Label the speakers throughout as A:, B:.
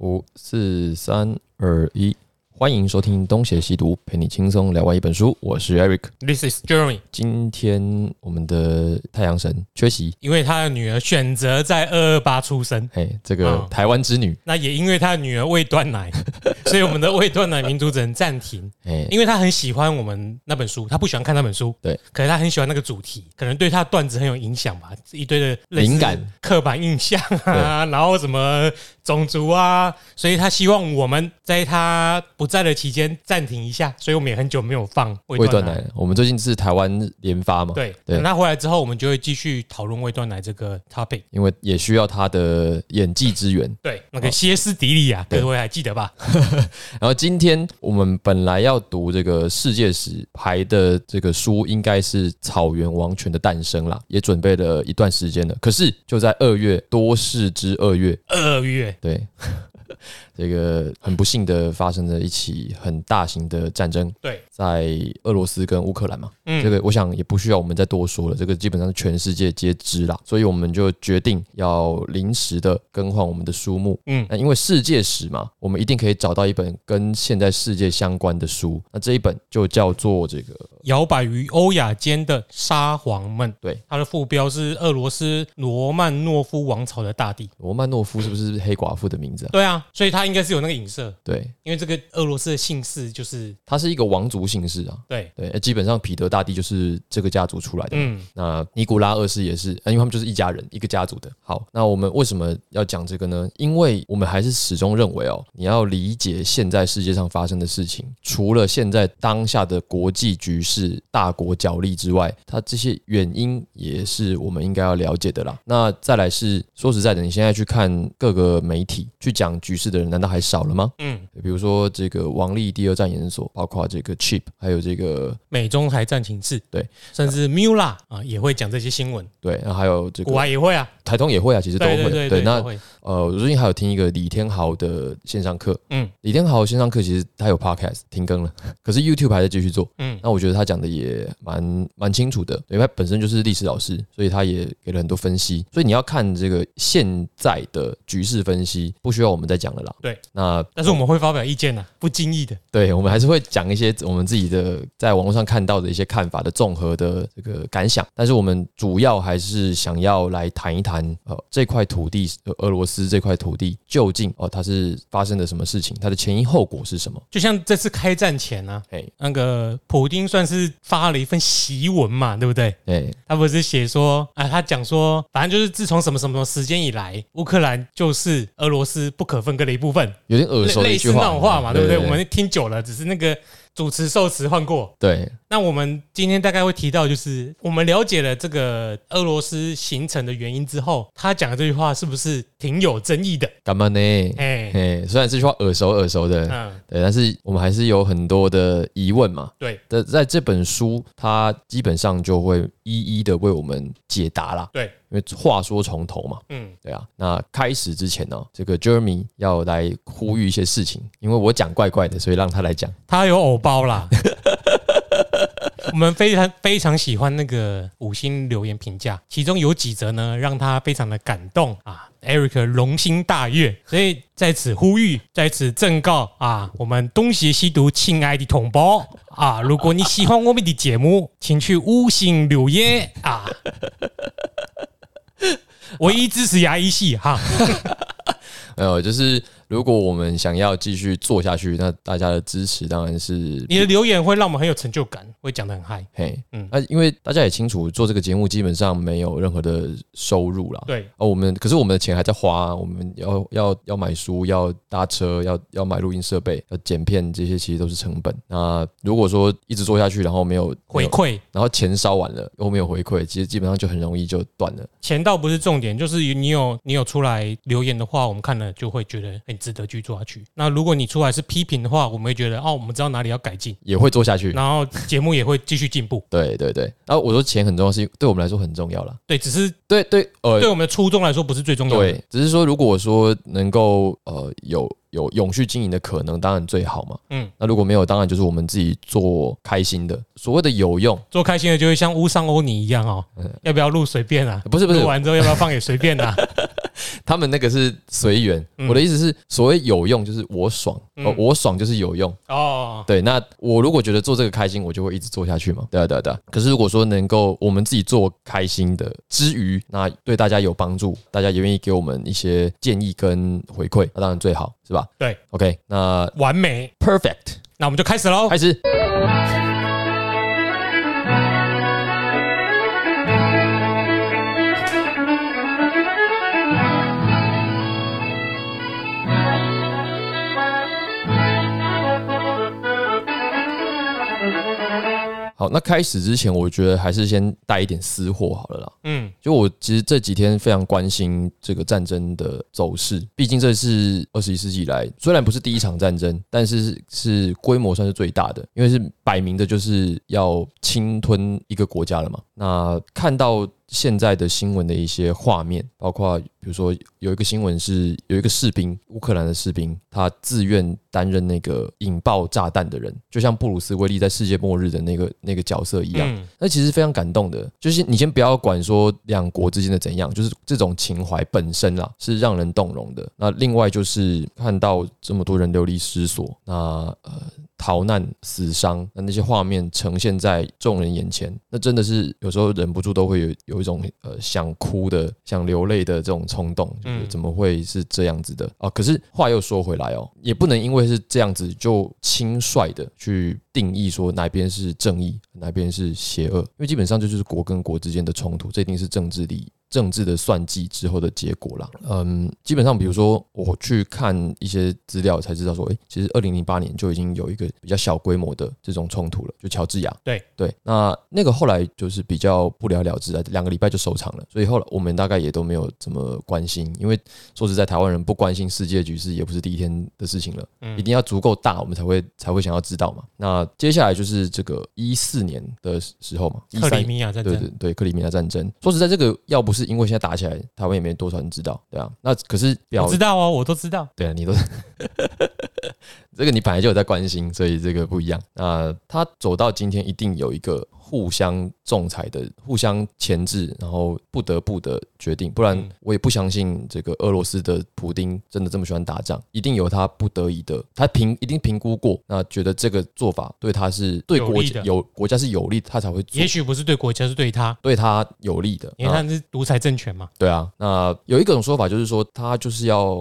A: 五四三二一，欢迎收听《东邪西毒》，陪你轻松聊完一本书。我是 Eric，
B: This is Jeremy，
A: 今天我们的太阳神缺席，
B: 因为他的女儿选择在二二八出生，
A: 嘿，这个
B: 嗯
A: 台湾之女，
B: 那也因为他的女儿未 断奶，所以我们的未断奶民族只能暂停。
A: 嘿，
B: 因为他很喜欢我们那本书，他不喜欢看那本书，
A: 对，
B: 可是他很喜欢那个主题，可能对他的段子很有影响吧，一堆的类似
A: 灵感、
B: 刻板印象啊，然后什么种族啊，所以他希望我们在他不在的期间暂停一下，所以我们也很久没有放
A: 未
B: 未
A: 断
B: 断奶
A: 奶。，我们最近是台湾连发嘛，，
B: 对，
A: 对
B: 等他回来之后，我们就会继续讨论未断奶这个 topic。
A: 因为也需要她的演技支援。
B: 对，那个歇斯底里啊，
A: 哦对
B: 各位还记得吧？
A: 然后今天我们本来要读这个世界史排的这个书，应该是《草原王权的诞生》啦，也准备了一段时间了。可是就在二月，多事之二月，
B: 二月，
A: 对， 这个很不幸的发生了一起很大型的战争，
B: 对，
A: 在俄罗斯跟乌克兰嘛，
B: 嗯
A: 这个我想也不需要我们再多说了，这个基本上是全世界皆知啦，所以我们就决定要临时的更换我们的书目，
B: 嗯
A: 那因为世界史嘛，我们一定可以找到一本跟现在世界相关的书，那这一本就叫做这个
B: 摇摆于欧亚间的沙皇们。
A: 对，
B: 它的副标是俄罗斯罗曼诺夫王朝的大地。
A: 罗曼诺夫是不是黑寡妇的名字啊？
B: 对啊，所以它应该是有那个影射，
A: 对，
B: 因为这个俄罗斯的姓氏就是
A: 他是一个王族姓氏啊。
B: 对，
A: 对，呃基本上彼得大帝就是这个家族出来的嘛。
B: 嗯，
A: 那尼古拉二世也是，呃因为他们就是一家人，一个家族的。好，那我们为什么要讲这个呢？因为我们还是始终认为哦，你要理解现在世界上发生的事情，除了现在当下的国际局势、大国角力之外，它这些原因也是我们应该要了解的啦。那再来是说实在的，你现在去看各个媒体去讲局势的人，难道还少了吗？
B: 嗯，
A: 比如说这个王立第二战研究所，包括这个 Chip，还有这个
B: 美中台战情势，
A: 对，
B: 甚至 Mula 啊也会讲这些新闻，
A: 对，然后还有这
B: 国
A: 个
B: 外也会啊，
A: 台通也会啊，其实都
B: 对
A: 会。
B: 对对
A: 那
B: 都会
A: 呃，我最近还有听一个李天豪的线上课，
B: 嗯
A: 李天豪线上课其实他有 podcast 停更了，可是 YouTube 还在继续做。
B: 嗯
A: 那我觉得他讲的也蛮蛮清楚的，因为他本身就是历史老师，所以他也给了很多分析。所以你要看这个现在的局势分析，不需要我们再讲了啦。
B: 对，
A: 那
B: 但是我们会发表意见呐、啊不经意的，
A: 对我们还是会讲一些我们自己的在网络上看到的一些看法的综合的这个感想，但是我们主要还是想要来谈一谈，呃，这块土地，呃俄罗斯这块土地究竟哦、它是发生了什么事情，它的前因后果是什么？哎
B: 就像这次开战前啊，
A: 嘿，
B: 那个普丁算是发了一份檄文嘛，对不对？
A: 哎，
B: 他不是写说啊，他讲说，反正就是自从什么什么时间以来，乌克兰就是俄罗斯不可分割的一部分，
A: 有点耳
B: 类
A: 熟的一
B: 类
A: 句
B: 似
A: 话，
B: 那种话嘛，对不对？
A: 对？
B: 我们听久了，只是那个主持受词换过。
A: 对
B: 那我们今天大概会提到，就是我们了解了这个俄罗斯形成的原因之后，他讲的这句话是不是挺有争议的？
A: 干嘛呢？
B: 哎、
A: 哎，虽然这句话耳熟耳熟的，
B: 嗯，
A: 对，但是我们还是有很多的疑问嘛。
B: 对
A: 在在这本书，它基本上就会一一的为我们解答啦。
B: 对，
A: 因为话说从头嘛，
B: 嗯，
A: 对啊。那开始之前呢、这个 Jeremy 要来呼吁一些事情，因为我讲怪怪的，所以让他来讲。
B: 他有偶包啦。 我们非常非常喜欢那个五星留言评价，其中有几则呢让他非常的感动啊，Eric 龙心大悦，所以在此呼吁，在此正告啊，我们东邪西毒亲爱的同胞啊，如果你喜欢我们的节目，请去五星留言啊， 唯一支持牙医系哈，
A: 呃，就是如果我们想要继续做下去，那大家的支持当然是
B: 你的留言会让我们很有成就感，会讲得很嗨，
A: 嘿，嗯
B: 嗯，
A: 那、因为大家也清楚，做这个节目基本上没有任何的收入啦。
B: 对，
A: 哦，我们可是我们的钱还在花、啊我们要要要买书，要搭车，要要买录音设备，要剪片，这些其实都是成本。那如果说一直做下去，然后没有没
B: 回
A: 有
B: 馈。
A: 然后钱烧完了，又没有回馈，其实基本上就很容易就断了。
B: 钱倒不是重点，就是你有你有出来留言的话，我们看了就会觉得很值得去做下去。那如果你出来是批评的话，我们会觉得哦，我们知道哪里要改进，
A: 也会做下去。
B: 然后节目也会继续进步。
A: 对对对，然后我说钱很重要，是因对我们来说很重要啦。
B: 对，只是
A: 对对，呃，
B: 对我们的初衷来说不是最重要的。
A: 对，只是说如果说能够呃有有永续经营的可能，当然最好嘛。
B: 嗯，
A: 那如果没有，当然就是我们自己做开心的。所谓的有用，
B: 做开心的就会像乌桑欧尼一样哦，要不要录随便啊？
A: 嗯不是不是
B: 录完之后要不要放也随便啊？
A: 他们那个是随缘。
B: 嗯
A: 我的意思是，所谓有用就是我爽，
B: 嗯
A: 哦，我爽就是有用。
B: 哦，
A: 对，那我如果觉得做这个开心，我就会一直做下去嘛。对啊，对啊，对啊。可是如果说能够我们自己做开心的之余，那对大家有帮助，大家也愿意给我们一些建议跟回馈，那当然最好，是吧？
B: 对
A: ，OK，那
B: 完美。
A: perfect
B: 那我们就开始喽。
A: 开始。好，那开始之前，我觉得还是先带一点私货好了啦。
B: 嗯
A: 就我其实这几天非常关心这个战争的走势，毕竟这是二十一世纪以来虽然不是第一场战争，但是是规模算是最大的，因为是摆明的就是要侵吞一个国家了嘛。那看到现在的新闻的一些画面，包括比如说有一个新闻是有一个士兵，乌克兰的士兵，他自愿担任那个引爆炸弹的人，就像布鲁斯威利在世界末日的那个那个角色一样。
B: 嗯
A: 那其实非常感动的，就是你先不要管说两国之间的怎样，就是这种情怀本身啦，是让人动容的。那另外就是看到这么多人流离失所，那呃逃难、死伤，那那些画面呈现在众人眼前，那真的是有时候忍不住都会有有一种呃想哭的、想流泪的这种冲动，就
B: 嗯
A: 是怎么会是这样子的啊？可是话又说回来哦，也不能因为是这样子就轻率的去定义说哪边是正义，哪边是邪恶，因为基本上这就是国跟国之间的冲突，这一定是政治利益。政治的算计之后的结果啦，嗯，基本上比如说我去看一些资料才知道说，诶、其实二零零八年就已经有一个比较小规模的这种冲突了，就乔治亚，对，那那个后来就是比较不了了之啊，两个礼拜就收场了，所以后来我们大概也都没有怎么关心，因为说实在，台湾人不关心世界局势也不是第一天的事情了，
B: 嗯
A: 一定要足够大，我们才会才会想要知道嘛。那接下来就是这个一四年的时候嘛，一
B: 克
A: 三
B: 里米亚战
A: 对
B: 争，
A: 对对，克里米亚战争。说实在，这个要不是因为现在打起来，台湾也没多少人知道，对啊。那可是表
B: 我知道哦，我都知道。
A: 对啊，你都 这个你本来就有在关心，所以这个不一样。那他走到今天，一定有一个互相仲裁的、互相钳制，然后不得不的决定，不然
B: 嗯
A: 我也不相信这个俄罗斯的普丁真的这么喜欢打仗，一定有他不得已的，他评一定评估过，那觉得这个做法对他是对
B: 有
A: 国
B: 利
A: 家
B: 的
A: 有国家是啊有利，他才会做
B: 也。许不是对国家，是对他，
A: 对他有利的，
B: 因为
A: 那
B: 他是独裁政权嘛。
A: 对啊，那有一种说法就是说，他就是要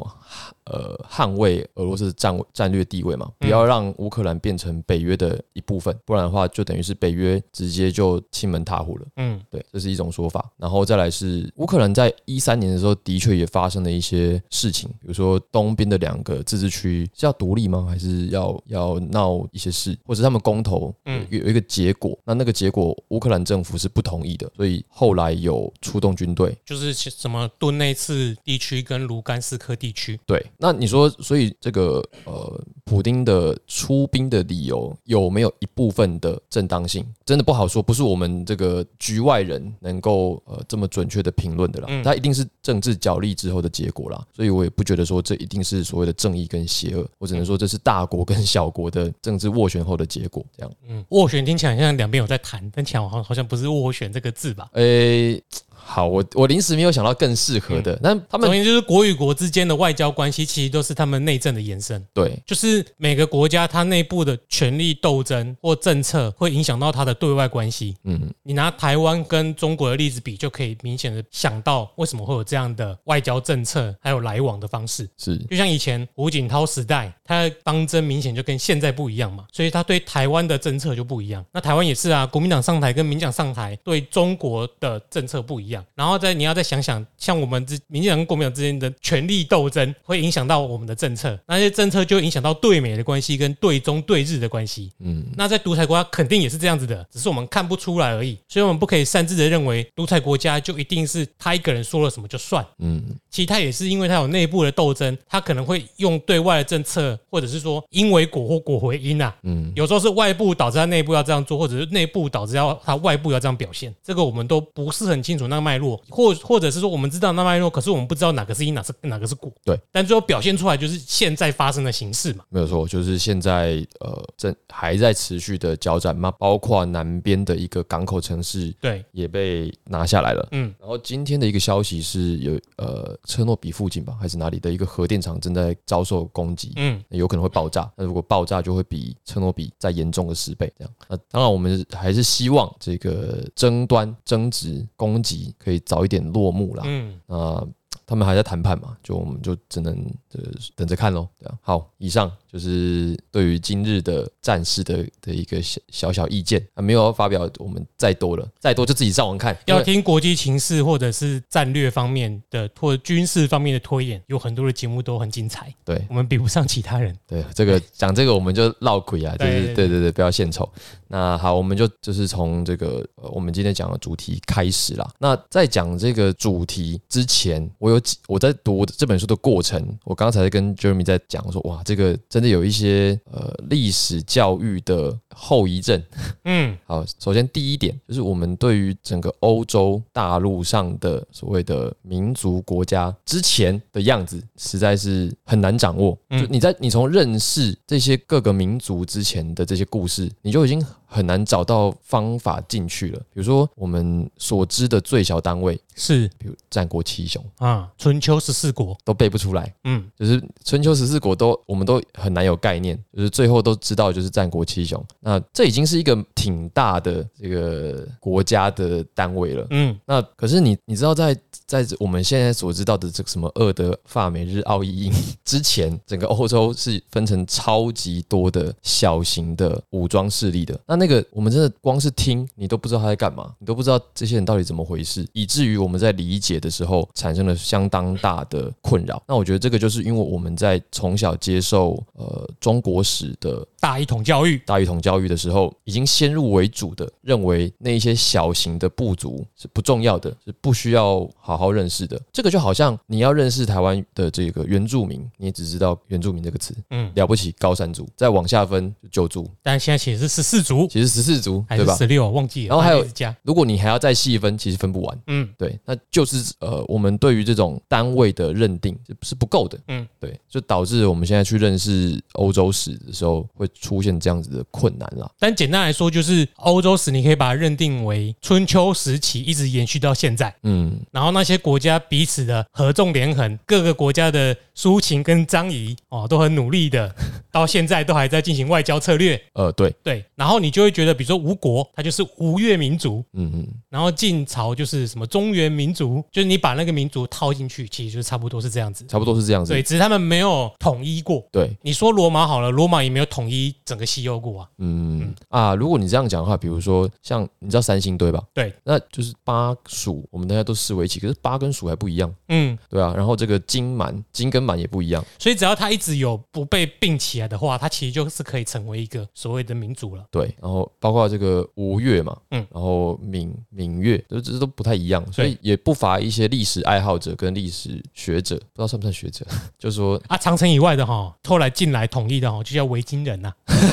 A: 呃捍卫俄罗斯的战战略地位嘛，不要让乌克兰变成北约的一部分，不然的话就等于是北约直接就亲门踏户了。
B: 嗯
A: 对，这是一种说法。然后再来是乌克兰在一三年的时候，的确也发生了一些事情，比如说东边的两个自治区是要独立吗？还是要要闹一些事，或者是他们公投
B: 嗯
A: 有有一个结果？那那个结果乌克兰政府是不同意的，所以后来有出动军队，
B: 就是其什么顿内次地区跟卢甘斯克地区，
A: 对，那你说，所以这个呃，普丁的出兵的理由有没有一部分的正当性？真的不好说，不是我们这个局外人能够呃这么准确的评论的啦
B: 嗯。
A: 它一定是政治角力之后的结果啦，所以我也不觉得说这一定是所谓的正义跟邪恶，我只能说这是大国跟小国的政治斡旋后的结果。这样，
B: 嗯，斡旋听起来像两边有在谈，但起来好像好像不是斡旋这个字吧？
A: 诶、好，我我临时没有想到更适合的，那、他
B: 总而
A: 们
B: 言之，就是国与国之间的外交关系，其实都是他们内政的延伸。
A: 对
B: 就是每个国家它内部的权力斗争或政策，会影响到它的对外关系。
A: 嗯。
B: 你拿台湾跟中国的例子比，就可以明显的想到为什么会有这样的外交政策，还有来往的方式。
A: 是，
B: 就像以前胡锦涛时代，他的方针明显就跟现在不一样嘛，所以他对台湾的政策就不一样。那台湾也是啊，国民党上台跟民进党上台对中国的政策不一样。然后再你要再想想，像我们之民进党跟国民党之间的权力斗争，会影响到我们的政策，那些政策就会影响到对美的关系跟对中对日的关系。
A: 嗯，
B: 那在独裁国家肯定也是这样子的，只是我们看不出来而已。所以我们不可以擅自的认为独裁国家就一定是他一个人说了什么就算。
A: 嗯，
B: 其实他也是因为他有内部的斗争，他可能会用对外的政策，或者是说因为果或果回因啊，
A: 嗯，
B: 有时候是外部导致他内部要这样做，或者是内部导致要他外部要这样表现，这个我们都不是很清楚那个脉络，或或者是说我们知道那脉络，可是我们不知道哪个是因，哪是哪个是果，
A: 对，
B: 但最后表现出来就是现在发生的形式嘛，
A: 没有错，就是现在呃正还在持续的交战嘛，包括南边的一个港口城市
B: 对，
A: 也被拿下来了。
B: 嗯
A: 然后今天的一个消息是，就是有呃车诺比附近吧，还是哪里的一个核电厂正在遭受攻击，
B: 嗯，
A: 有可能会爆炸。那如果爆炸，就会比车诺比再严重个十倍这样。那当然，我们还是希望这个争端、争执、攻击可以早一点落幕啦。
B: 嗯，
A: 那、呃他们还在谈判嘛，就我们就只能呃等着看喽。对啊，好，以上就是对于今日的战事的的一个小小小意见啊，没有要发表我们再多了，再多就自己上网看。
B: 要
A: 因为
B: 听国际情势或者是战略方面的或军事方面的推演，有很多的节目都很精彩，
A: 对
B: 我们比不上其他人。
A: 对，这个讲这个我们就绕鬼啊，就
B: 对
A: 是
B: 对
A: 对对对，不要献丑。那好，我们就就是从这个、呃、我们今天讲的主题开始啦。那在讲这个主题之前，我有几我在读这本书的过程，我刚才跟 Jeremy 在讲说，哇，这个真的有一些呃历史教育的后遗症。
B: 嗯
A: 好，首先第一点就是我们对于整个欧洲大陆上的所谓的民族国家之前的样子，实在是很难掌握。
B: 嗯
A: 就你在你从认识这些各个民族之前的这些故事，你就已经很难找到方法进去了。比如说我们所知的最小单位，
B: 是
A: 比如战国七雄，
B: 啊，春秋十四国，
A: 都背不出来。
B: 嗯
A: 就是春秋十四国都我们都很难有概念，就是最后都知道就是战国七雄。那这已经是一个挺大的这个国家的单位了。
B: 嗯，
A: 那可是你你知道在在我们现在所知道的这个什么俄德法美日奥意英之前，整个欧洲是分成超级多的小型的武装势力的。那那个我们真的光是听你都不知道他在干嘛，你都不知道这些人到底怎么回事，以至于我们在理解的时候产生了相当大的困扰。那我觉得这个就是因为我们在从小接受呃中国史的
B: 大一统教育，
A: 大一统教育的时候，已经先入为主的认为那一些小型的部族是不重要的，是不需要好好认识的。这个就好像你要认识台湾的这个原住民，你也只知道原住民这个词，
B: 嗯，
A: 了不起高山族，再往下分就九族，
B: 但现在写的是十四族
A: 其实十四族，
B: 还
A: 对
B: 是
A: 吧？
B: 十六，忘记了，
A: 然后还有
B: 反正一直加，
A: 如果你还要再细分，其实分不完。
B: 嗯
A: 对，那就是呃，我们对于这种单位的认定是是不够的，
B: 嗯，
A: 对，就导致我们现在去认识欧洲史的时候会出现这样子的困难啦。
B: 但简单来说，就是欧洲史，你可以把它认定为春秋时期一直延续到现在。
A: 嗯，
B: 然后那些国家彼此的合纵连横，各个国家的苏秦跟张仪哦都很努 力的，到现在都还在进行外交策略。
A: 呃，对，
B: 对，然后你就会觉得，比如说吴国，它就是吴越民族，
A: 嗯嗯。
B: 然后晋朝就是什么中原民族，就是你把那个民族套进去，其实就差不多是这样子。
A: 差不多是这样子。
B: 对，只是他们没有统一过。
A: 对，
B: 你说罗马好了，罗马也没有统一整个西欧过啊。
A: 嗯啊，如果你这样讲的话，比如说像你知道三星堆吧？
B: 对，
A: 那就是巴蜀，我们大家都视为一起，可是巴跟蜀还不一样，
B: 嗯，
A: 对啊。然后这个金蛮、金跟蛮也不一样，
B: 所以只要它一直有不被并起来的话，它其实就是可以成为一个所谓的民族了。
A: 对。然后包括这个吴越嘛，
B: 嗯，
A: 然后闽闽越，就这都不太一样，所以也不乏一些历史爱好者跟历史学者，不知道算不算学者， 就说
B: 啊，长城以外的哈，后来进来统一的哈，就叫维京人呐、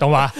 B: 懂吧？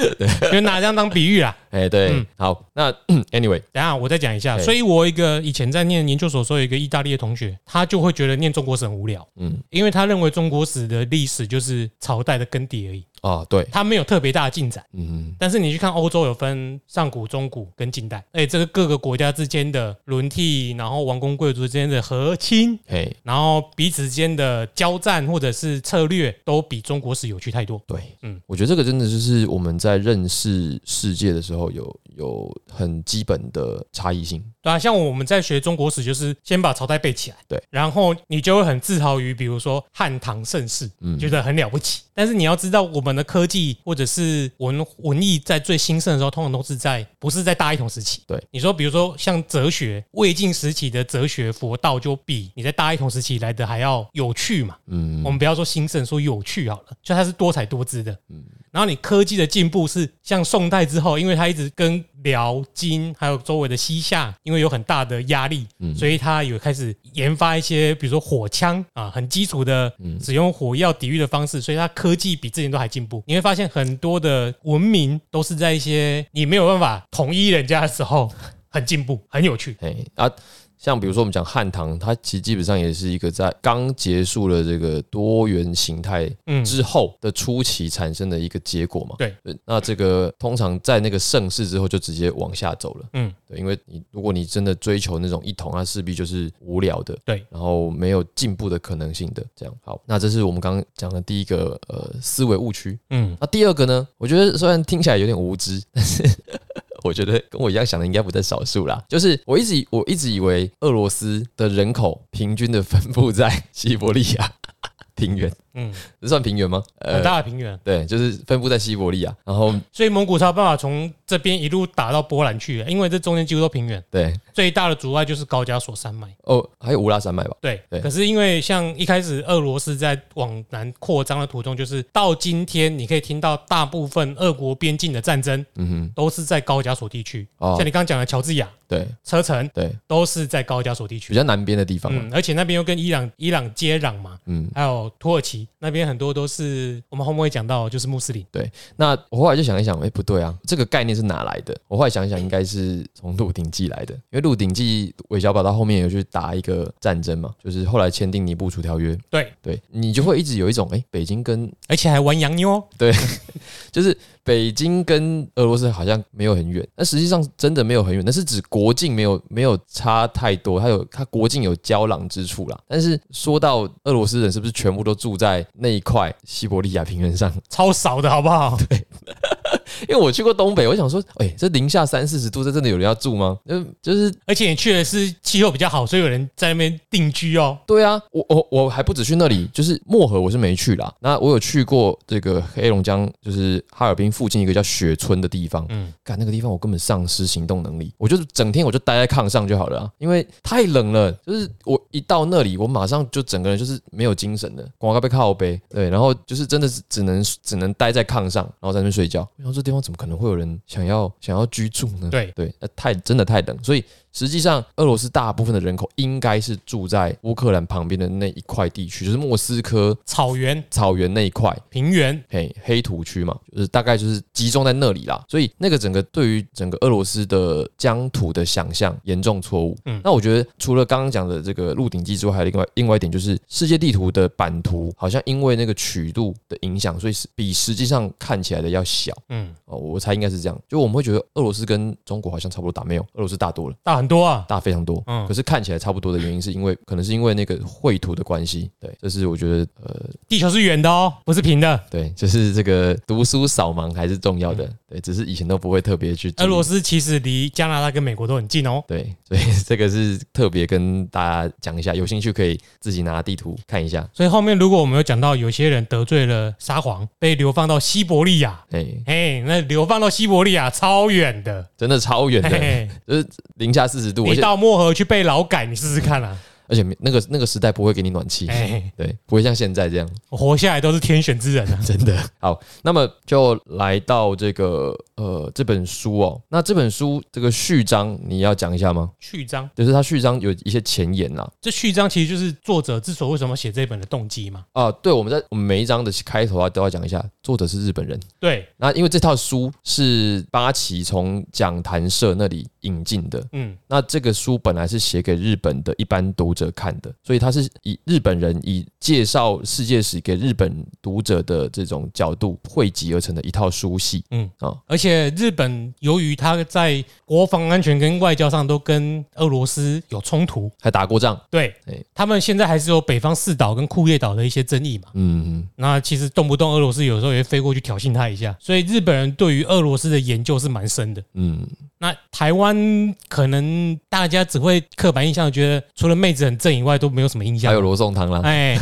B: 就拿这样当比喻啦。
A: 哎、对，
B: 嗯
A: 好，那 anyway，
B: 等一下我再讲一下。
A: 对
B: 所以我一个以前在念研究所的时候，有一个意大利的同学，他就会觉得念中国史很无聊，
A: 嗯
B: 因为他认为中国史的历史就是朝代的更迭而已，
A: 啊，对，
B: 它没有特别大的进展。
A: 嗯，
B: 但是你去看欧洲有分上古、中古跟近代，哎，这个各个国家之间的轮替，然后王公贵族之间的和亲，
A: 嘿，
B: 然后彼此之间的交战或者是策略，都比中国史有趣太多。
A: 对，嗯
B: 嗯，
A: 我觉得这个真的就是我们在认识世界的时候有有很基本的差异性。
B: 对啊，像我们在学中国史，就是先把朝代背起来，
A: 对，
B: 然后你就会很自豪于，比如说汉唐盛世，
A: 嗯
B: 觉得很了不起。但是你要知道，我们的科技或者是文文艺在最兴盛的时候，通常都是在不是在大一统时期。
A: 对，
B: 你说比如说像哲学，魏晋时期的哲学佛道就比你在大一统时期来的还要有趣嘛。
A: 嗯
B: 我们不要说兴盛，说有趣好了，就它是多彩多姿的。
A: 嗯
B: 嗯，然后你科技的进步是像宋代之后，因为它一直跟辽、金还有周围的西夏，因为有很大的压力，
A: 嗯
B: 所以它有开始研发一些，比如说火枪啊，很基础的
A: 嗯
B: 使用火药抵御的方式，所以它科技比之前都还进步。你会发现很多的文明都是在一些你没有办法统一人家的时候很进步，很有趣。
A: 嘿啊，像比如说我们讲汉唐，它其实基本上也是一个在刚结束了这个多元形态
B: 嗯，
A: 之后的初期产生的一个结果嘛。
B: 对，
A: 那这个通常在那个盛世之后就直接往下走了。
B: 嗯，
A: 对，因为你如果你真的追求那种一统，那势必就是无聊的，
B: 对，
A: 然后没有进步的可能性的。这样好，那这是我们刚刚讲的第一个呃思维误区。
B: 嗯，
A: 那第二个呢？我觉得虽然听起来有点无知，但是 我觉得跟我一样想的应该不在少数啦。就是我一直以我一直以为俄罗斯的人口平均的分布在西伯利亚 平原，
B: 嗯，
A: 这算平原吗？
B: 很大的平原，
A: 对，就是分布在西伯利亚，然后
B: 所以蒙古才有办法从这边一路打到波兰去，因为这中间几乎都平原。
A: 对
B: 最大的阻碍就是高加索山脉。
A: 哦，还有乌拉山脉吧？
B: 对，
A: 对
B: 可是因为像一开始俄罗斯在往南扩张的途中，就是到今天你可以听到大部分俄国边境的战争
A: 嗯
B: 都是在高加索地区，
A: 哼，
B: 像
A: 哦，
B: 你刚刚讲的乔治亚、
A: 对
B: 车臣
A: 对，
B: 都是在高加索地
A: 比
B: 区。
A: 较南边的地方嘛，
B: 嗯，而且那边又跟伊朗伊朗接壤嘛，
A: 嗯，
B: 还有土耳其那边很多都是我们后面会讲到，就是穆斯林。
A: 那我后来就想一想，哎、不对啊，这个概念是哪来的？我后来想一想，应该是从《鹿鼎记》来的，因为《鹿鼎记》韦小宝到后面有去打一个战争嘛，就是后来签订《尼布楚条约》，
B: 对，
A: 对你就会一直有一种，哎、北京跟
B: 而且还玩洋妞，
A: 就是北京跟俄罗斯好像没有很远，但实际上真的没有很远，那是指国境没有没有差太多，它有它国境有交壤之处啦。但是说到俄罗斯人是不是全部都住在那一块西伯利亚平原上？
B: 超少的好不好？
A: 因为我去过东北，我想说，哎、这零下三四十度，这真的有人要住吗？嗯，就是
B: 而且你去的是气候比较好，所以有人在那边定居哦。
A: 对啊，我我我还不止去那里，就是漠河我是没去啦。那我有去过这个黑龙江，就是哈尔滨附近一个叫雪村的地方。
B: 嗯，
A: 干那个地方我根本丧失行动能力，我就是整天我就待在炕上就好了、啊，因为太冷了。就是我一到那里，我马上就整个人就是没有精神了，广告被靠背，对，然后就是真的是只能只能待在炕上，然后在那边睡觉。然后这地方怎么可能会有人想要想要居住呢？
B: 对
A: 对，那太真的太冷，所以实际上俄罗斯大部分的人口应该是住在乌克兰旁边的那一块地区，就是莫斯科
B: 草原、
A: 草原那一块。
B: 平原，
A: 嘿，黑土区嘛，就是大概就是集中在那里啦，所以那个整个对于整个俄罗斯的疆土的想象严重错误。
B: 嗯
A: 那我觉得除了刚刚讲的这个《鹿鼎记》之外，还有另外另外一点就是世界地图的版图好像因为那个曲度的影响，所以是比实际上看起来的要小
B: 嗯，
A: 哦，我猜应该是这样。就我们会觉得俄罗斯跟中国好像差不多大，没有，俄罗斯大多了。
B: 大很多啊。
A: 大非常多，
B: 嗯
A: 可是看起来差不多的原因，是因为可能是因为那个绘图的关系，对，这是我觉得呃
B: 地球是圆的哦，不是平的。
A: 对，就是这个读书扫盲还是重要的，
B: 嗯
A: 对，只是以前都不会特别去注意。
B: 俄罗斯其实离加拿大跟美国都很近哦。
A: 对，所以这个是特别跟大家讲一下，有兴趣可以自己拿地图看一下。
B: 所以后面如果我们有讲到有些人得罪了沙皇，被流放到西伯利亚，
A: 哎、
B: 嘿，那流放到西伯利亚超远的，
A: 真的超远的，
B: 嘿，
A: 零下四十度，而
B: 你
A: 且
B: 到漠河去被劳改，你试试 看啊，
A: 而且那个那个时代不会给你暖气，
B: 哎，
A: 对，不会像现在这样，
B: 我活下来都是天选之人啊。
A: 真的。好，那么就来到这个呃这本书哦，那这本书这个序章你要讲一下吗？
B: 序章，
A: 就是它序章有一些前言啊啦、
B: 这序章其实就是作者之所以为什么写这本的动机嘛。
A: 啊。对，我们在我们每一章的开头啊都要讲一下，作者是日本人。
B: 对，
A: 那因为这套书是八旗从讲坛社那里引进的，
B: 嗯，
A: 那这个书本来是写给日本的一般读者看的，所以它是以日本人以介绍世界史给日本读者的这种角度汇集而成的一套书系。
B: 嗯
A: 嗯啊，
B: 而且日本由于它在国防安全跟外交上都跟俄罗斯有冲突，
A: 还打过仗，
B: 对
A: 对
B: 他们现在还是有北方四岛跟库页岛的一些争议嘛。
A: 嗯，
B: 那其实动不动俄罗斯有时候也会飞过去挑衅他一下，所以日本人对于俄罗斯的研究是蛮深的。
A: 嗯，
B: 那台湾可能大家只会刻板印象，觉得除了妹子很正以外都没有什么印
A: 还有
B: 象。
A: 罗宋汤啦，
B: 哎，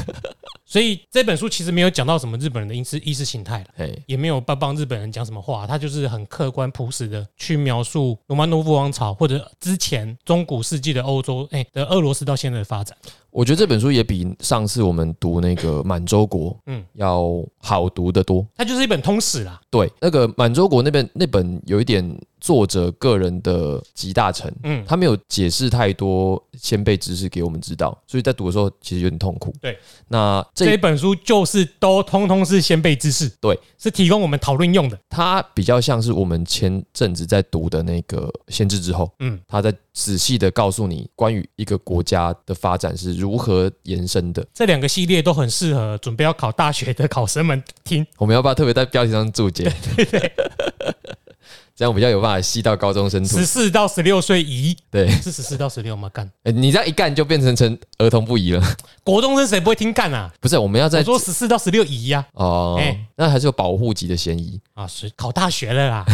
B: 所以这本书其实没有讲到什么日本人的意识意识形态了。
A: 哎，
B: 也没有帮帮日本人讲什么话，他就是很客观朴实的去描述罗曼诺夫王朝或者之前中古世纪的欧洲，哎、的俄罗斯到现在的发展。
A: 我觉得这本书也比上次我们读那个《满洲国》
B: 嗯
A: 嗯要好读得多。
B: 它就是一本通史啦，
A: 对，那个满洲国那边那本有一点作者个人的集大成，
B: 嗯
A: 嗯，他没有解释太多先辈知识给我们知道，所以在读的时候其实有点痛苦。
B: 对，
A: 那
B: 这一
A: 这
B: 本书就是都通通是先辈知识，
A: 对，
B: 是提供我们讨论用的。
A: 它比较像是我们前阵子在读的那个《先知之后》，
B: 嗯
A: 嗯，他在仔细的告诉你关于一个国家的发展是如何延伸的。
B: 这两个系列都很适合准备要考大学的考生们听。
A: 我们要不要特别在标题上注 解？ 这样比较有办法吸到高中生吐
B: 十。四到十六岁宜
A: 对，
B: 是十四到十六吗？干
A: 欸你这样一干就变成成儿童不宜了。
B: 国中生谁不会听干啊？
A: 不是，我们要
B: 我
A: 在
B: 说十四到十六宜呀、
A: 哦
B: 哎，
A: 那还是有保护级的嫌疑。
B: 啊，是考大学了啦。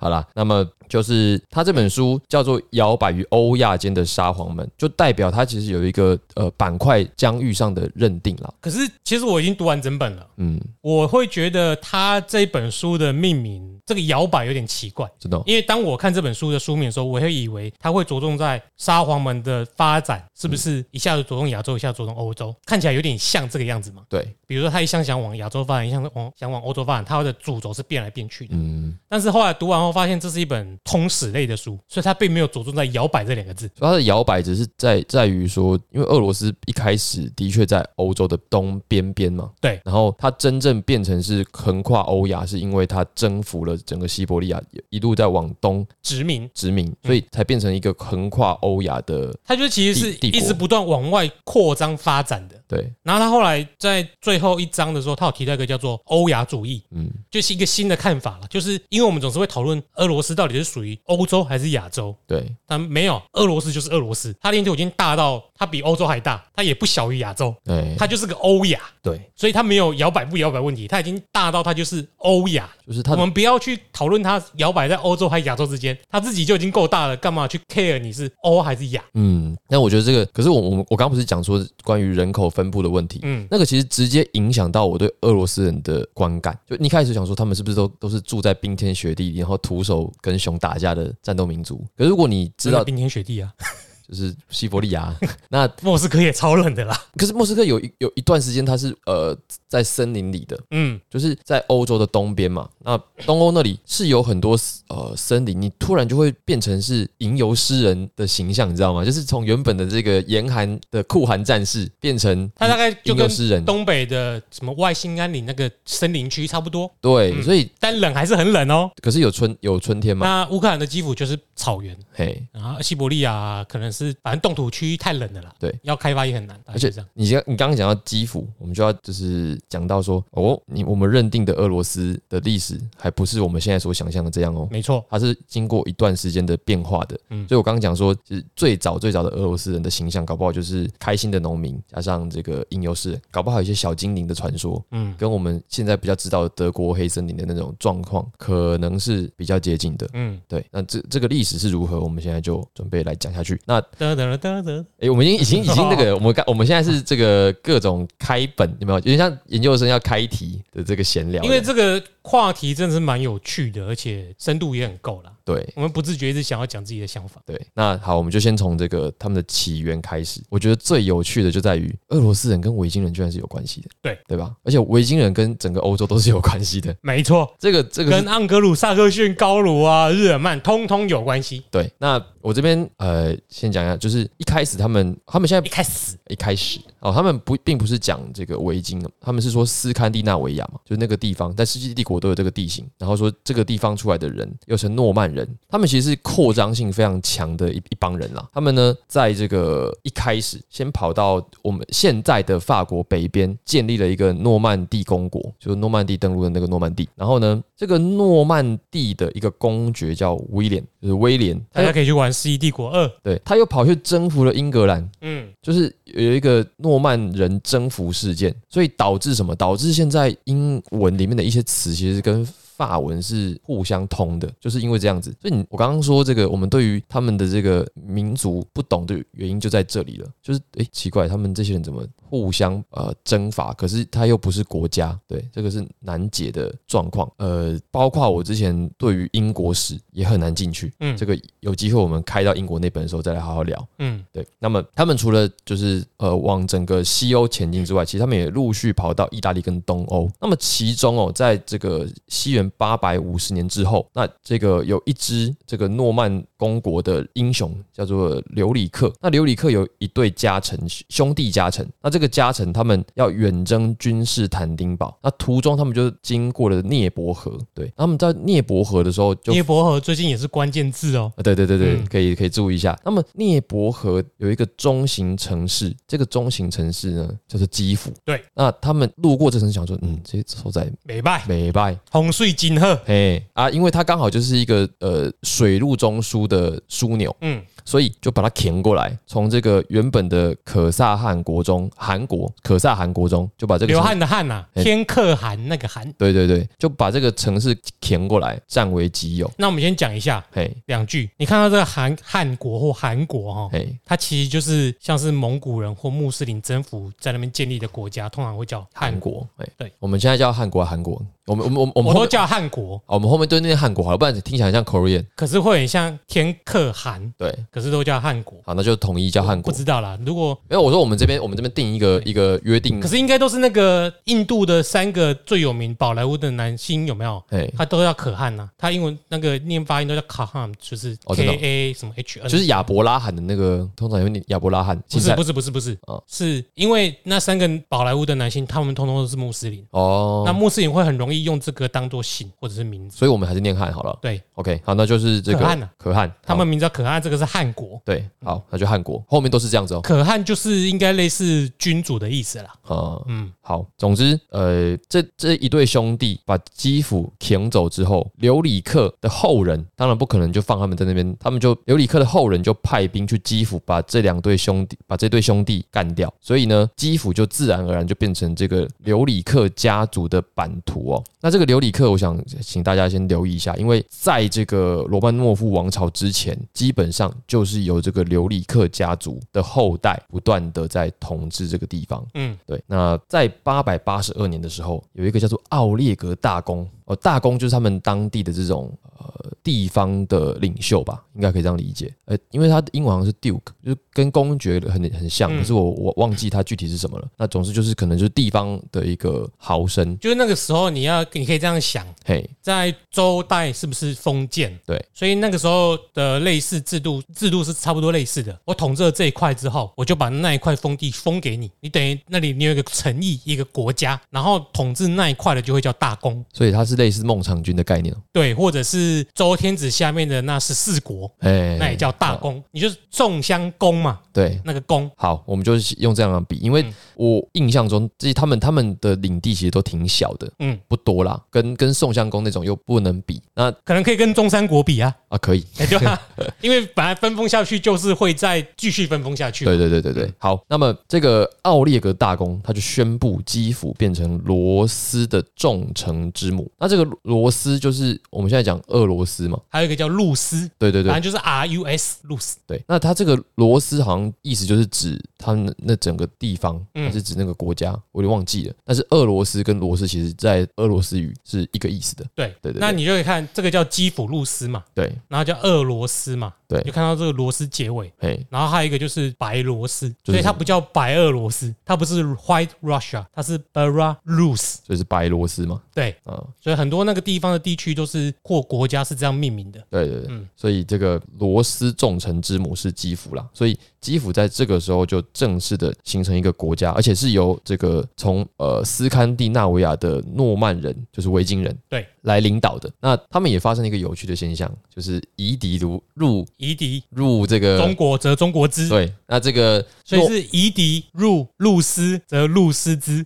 A: 好啦，那么就是他这本书叫做《摇摆于欧亚间的沙皇们》，就代表他其实有一个呃板块疆域上的认定啦。
B: 可是其实我已经读完整本了，
A: 嗯，
B: 我会觉得他这本书的命名这个摇摆有点奇怪。
A: 真的哦、
B: 因为当我看这本书的书名的时候，我会以为它会着重在沙皇们的发展，是不是一下子着重亚洲，一下子着重欧洲，看起来有点像这个样子嘛？
A: 对，
B: 比如说他一向想往亚洲发展，一向往想往欧哦洲发展，他的主轴是变来变去的。
A: 嗯，
B: 但是后来读完后发现，这是一本通史类的书，所以它并没有着重在摇摆这两个字。
A: 所以它的摇摆只是在在于说，因为俄罗斯一开始的确在欧洲的东边边嘛，
B: 对
A: 然后它真正变成是横跨欧亚，是因为它征服了整个西伯利亚，一路在往东
B: 殖民，
A: 殖民，所以才变成一个横跨欧亚的
B: 它就其实是
A: 帝帝国
B: 一直不断往外扩张发展的。
A: 对，
B: 然后他后来在最后一章的时候，他有提到一个叫做欧亚主义，
A: 嗯，
B: 就是一个新的看法了。就是因为我们总是会讨论俄罗斯到底是属于欧洲还是亚洲，
A: 对，
B: 但没有俄罗斯就是俄罗斯，它的研究已经大到它比欧洲还大，它也不小于亚洲，
A: 对，
B: 它就是个欧亚，
A: 对，
B: 所以它没有摇摆不摇摆问题，它已经大到它就是欧亚。
A: 就是
B: 我
A: 它的
B: 们不要去讨论它摇摆在欧洲还是亚洲之间，它自己就已经够大了，干嘛去 care 你是欧还是亚？
A: 嗯，那我觉得这个，可是我我我刚刚不是讲说关于人口分布的问题，
B: 嗯，
A: 那个其实直接影响到我对俄罗斯人的观感。就你一开始想说他们是不是都都是住在冰天雪地，然后徒手跟熊打架的战斗民族？可是如果你知
B: 真的
A: 道，
B: 冰天雪地啊，
A: 就是西伯利亚， 那
B: 莫斯科也超冷的啦。
A: 可是莫斯科有一有一段时间它是呃在森林里的，
B: 嗯，
A: 就是在欧洲的东边嘛。那东欧那里是有很多呃森林，你突然就会变成是吟游诗人的形象，你知道吗？就是从原本的这个严寒的酷寒战士变成
B: 它大概就
A: 吟
B: 跟
A: 游诗人，
B: 东北的什么外兴安岭那个森林区差不多，
A: 对，所以
B: 但冷还是很冷哦。
A: 可是有春有春天嘛，
B: 那乌克兰的基辅就是草原，
A: 嘿。
B: 然后西伯利亚可能是反正冻土区太冷了啦，
A: 对，
B: 要开发也很难，大概
A: 而
B: 就
A: 且
B: 这样。
A: 你刚你刚刚讲到基辅，我们就要就是讲到说，哦，你我们认定的俄罗斯的历史还不是我们现在所想象的这样哦，
B: 没错，
A: 它是经过一段时间的变化的。
B: 嗯
A: 所以我刚刚讲说，其实最早最早的俄罗斯人的形象，搞不好就是开心的农民，加上这个吟游诗人，搞不好有一些小精灵的传说，
B: 嗯
A: 跟我们现在比较知道的德国黑森林的那种状况，可能是比较接近的。
B: 嗯，
A: 对，那这这个历史是如何，我们现在就准备来讲下去。那
B: 得得得得，
A: 诶，我们已经已经已经那个，我们刚我们现在是这个各种开本，有没有？有点像研究生要开题的这个闲聊的，
B: 因为这个话题真的是蛮有趣的，而且深度也很够啦。
A: 对
B: 我们不自觉一直想要讲自己的想法。
A: 对，那好，我们就先从这个他们的起源开始。我觉得最有趣的就在于俄罗斯人跟维京人居然是有关系的，
B: 对
A: 对吧？而且维京人跟整个欧洲都是有关系的。
B: 没错，
A: 这个这个
B: 跟
A: 是
B: 盎格鲁撒克逊、高卢啊、日耳曼通通有关系。
A: 对。那我这边呃，先讲一下，就是一开始他们他们现
B: 一
A: 在
B: 开始
A: 一开始哦，他们不并不是讲这个维京的，他们是说斯堪的纳维亚嘛，就是那个地方，在世界帝国都有这个地形，然后说这个地方出来的人又称诺曼人，他们其实是扩张性非常强的一一帮人啦。他们呢，在这个一开始先跑到我们现在的法国北边，建立了一个诺曼底公国，就是诺曼底登陆的那个诺曼底。然后呢，这个诺曼底的一个公爵叫威廉，就是威廉，他
B: 大家
A: 又
B: 可以去玩《世纪帝国二》。
A: 对他又跑去征服了英格兰。
B: 嗯，
A: 就是有一个诺曼人征服事件，所以导致什么？导致现在英文里面的一些词其实跟法文是互相通的，就是因为这样子。所以你我刚刚说这个，我们对于他们的这个民族不懂的原因就在这里了。就是诶、奇怪，他们这些人怎么互相呃征伐？可是他又不是国家，对，这个是难解的状况。呃，包括我之前对于英国史也很难进去。
B: 嗯
A: 这个有机会我们开到英国那本的时候再来好好聊。
B: 嗯，
A: 对，那么他们除了就是呃往整个西欧前进之外，其实他们也陆续跑到意大利跟东欧。那么其中哦，在这个西元八百五十年之后，那这个有一支这个诺曼公国的英雄叫做刘里克。那刘里克有一对家臣兄弟家臣，那这个家臣他们要远征君士坦丁堡，那途中他们就经过了涅伯河。对，他们在涅伯河的时候就
B: 涅伯河最近也是关键字哦。
A: 啊，对对对对，
B: 嗯
A: 可以可以注意一下。那么涅伯河有一个中型城市，这个中型城市呢叫做基辅。
B: 对，
A: 那他们路过这城市，想说，嗯，这些臭仔
B: 美拜
A: 美拜。
B: 洪水金鹤，
A: 嘿啊，因为它刚好就是一个呃水陆中枢的枢纽，
B: 嗯，
A: 所以就把它填过来，从这个原本的可萨汗国中，韩国可萨汗国中就把这个
B: 流
A: 城
B: 汗的汗呐、
A: 哎
B: 天克汗那个汗。
A: 对对对，就把这个城市填过来，占为己有。
B: 那我们先讲一下
A: 嘿，
B: 两句。你看到这个韩汉国或韩国哈、哦，
A: 嘿，
B: 它其实就是像是蒙古人或穆斯林征服在那边建立的国家，通常会叫
A: 韩
B: 汉国，
A: 国，嘿，
B: 对，
A: 我们现在叫汉国，啊韩国，我们我们我们我
B: 我
A: 们后
B: 都
A: 面
B: 叫汉国，
A: 啊我们后面都念韩国好了，不然听起来很像 Korean。
B: 可是会很像天克汗，
A: 对，
B: 可是都叫汉国。
A: 好，那就统一叫汉
B: 不
A: 国。
B: 知道啦，如果
A: 没有，我说我们这边我们这边定一个一个约定
B: 可，是应该都是那个印度的三个最有名宝莱坞的男星有没有？
A: 嘿，
B: 他都叫可汗呐、他英文那个念发音都叫卡汗，就是
A: 哦
B: K
A: 真的哦
B: A 什么 H N，
A: 就是亚伯拉罕的那个，通常有点亚伯拉罕，
B: 不
A: 其
B: 是
A: 实
B: 不是不是不是
A: 哦，
B: 是因为那三个宝莱坞的男星，他们通通都是穆斯林，
A: 哦，
B: 那穆斯林会很容易用这个当做姓或者是名字。
A: 所以我们还是念汉好了。
B: 对
A: OK，好，那就是这个
B: 可汗啊
A: 可汗
B: 他
A: 好
B: 们名字叫可汗，这个是汉国，
A: 对，好，那就汉国，后面都是这样子哦。
B: 可汗就是应该类似君主的意思啦。
A: 啊、
B: 嗯，
A: 好，总之，呃，这这一对兄弟把基辅扛走之后，刘里克的后人当然不可能就放他们在那边，他们就刘里克的后人就派兵去基辅，把这两对兄弟把这对兄弟干掉，所以呢，基辅就自然而然就变成这个刘里克家族的版图哦。那这个刘里克，我想请大家先留意一下，因为在这个罗曼诺夫王朝之前，基本上就是由这个刘里克家族的后代不断的在统治这个地方。对，那在八百八十二年的时候，有一个叫做奥列格大公，哦，大公就是他们当地的这种呃地方的领袖吧，应该可以这样理解。呃，因为他的英文好像是 Duke，就是跟公爵很很像，
B: 嗯
A: 可是我我忘记他具体是什么了。那总之就是可能就是地方的一个豪绅，
B: 就是那个时候你要你可以这样想，
A: 嘿，
B: 在周代是不是封建？
A: 对，
B: 所以那个时候的类似制度，制度是差不多类似的。我统治了这一块之后，我就把那一块封地封给你，你等于那里你有一个城邑，一个国家，然后统治那一块的就会叫大公，
A: 所以他是类似孟尝君的概念哦，
B: 对，或者是周天子下面的那十四国，
A: 哎，
B: 那也叫大公，你就是众乡公嘛，
A: 对，
B: 那个公。
A: 好，我们就是用这样的比，因为
B: 嗯
A: 我印象中，这他们他们的领地其实都挺小的，
B: 嗯
A: 嗯，不多啦，跟跟宋襄公那种又不能比。那
B: 可能可以跟中山国比啊，
A: 啊，可以，
B: 哎对吧、 因为本来分封下去就是会再继续分封下去。嗯
A: 对对对对对。好，那么这个奥列格大公他就宣布基辅变成罗斯的众城之母。那这个罗斯就是我们现在讲俄罗斯嘛？
B: 还有一个叫露丝，
A: 对对对
B: 反正就是 R U S 露丝。
A: 对。那他这个罗斯好像意思就是指他们那整个地方，
B: 嗯
A: 还是指那个国家？我有点忘记了。但是俄罗斯跟罗斯其实在俄罗斯语是一个意思的。
B: 对
A: 对对
B: 那
A: 对
B: 你就可以看这个叫基辅路斯嘛，
A: 对，
B: 然后叫俄罗斯嘛，
A: 对
B: 就看到这个罗斯结尾，
A: 嘿，
B: 然后还有一个就是白罗斯，
A: 就是
B: 所以它不叫白俄罗斯，它不是 White Russia，它是 Belarus。
A: 所以是白罗斯嘛，
B: 对，
A: 啊，
B: 所以很多那个地方的地区都是或国家是这样命名的。
A: 对对对，
B: 嗯
A: 所以这个罗斯众臣之母是基辅啦，所以基辅在这个时候就正式的形成一个国家，而且是由这个从呃斯堪的纳维亚的诺曼人，就是维京人，
B: 对，
A: 来领导的。那他们也发生了一个有趣的现象，就是夷狄如入
B: 夷狄
A: 入这
B: 中
A: 个。
B: 国则中国之，
A: 对，那这个
B: 所以
A: 诺
B: 是夷狄入露丝则露丝之。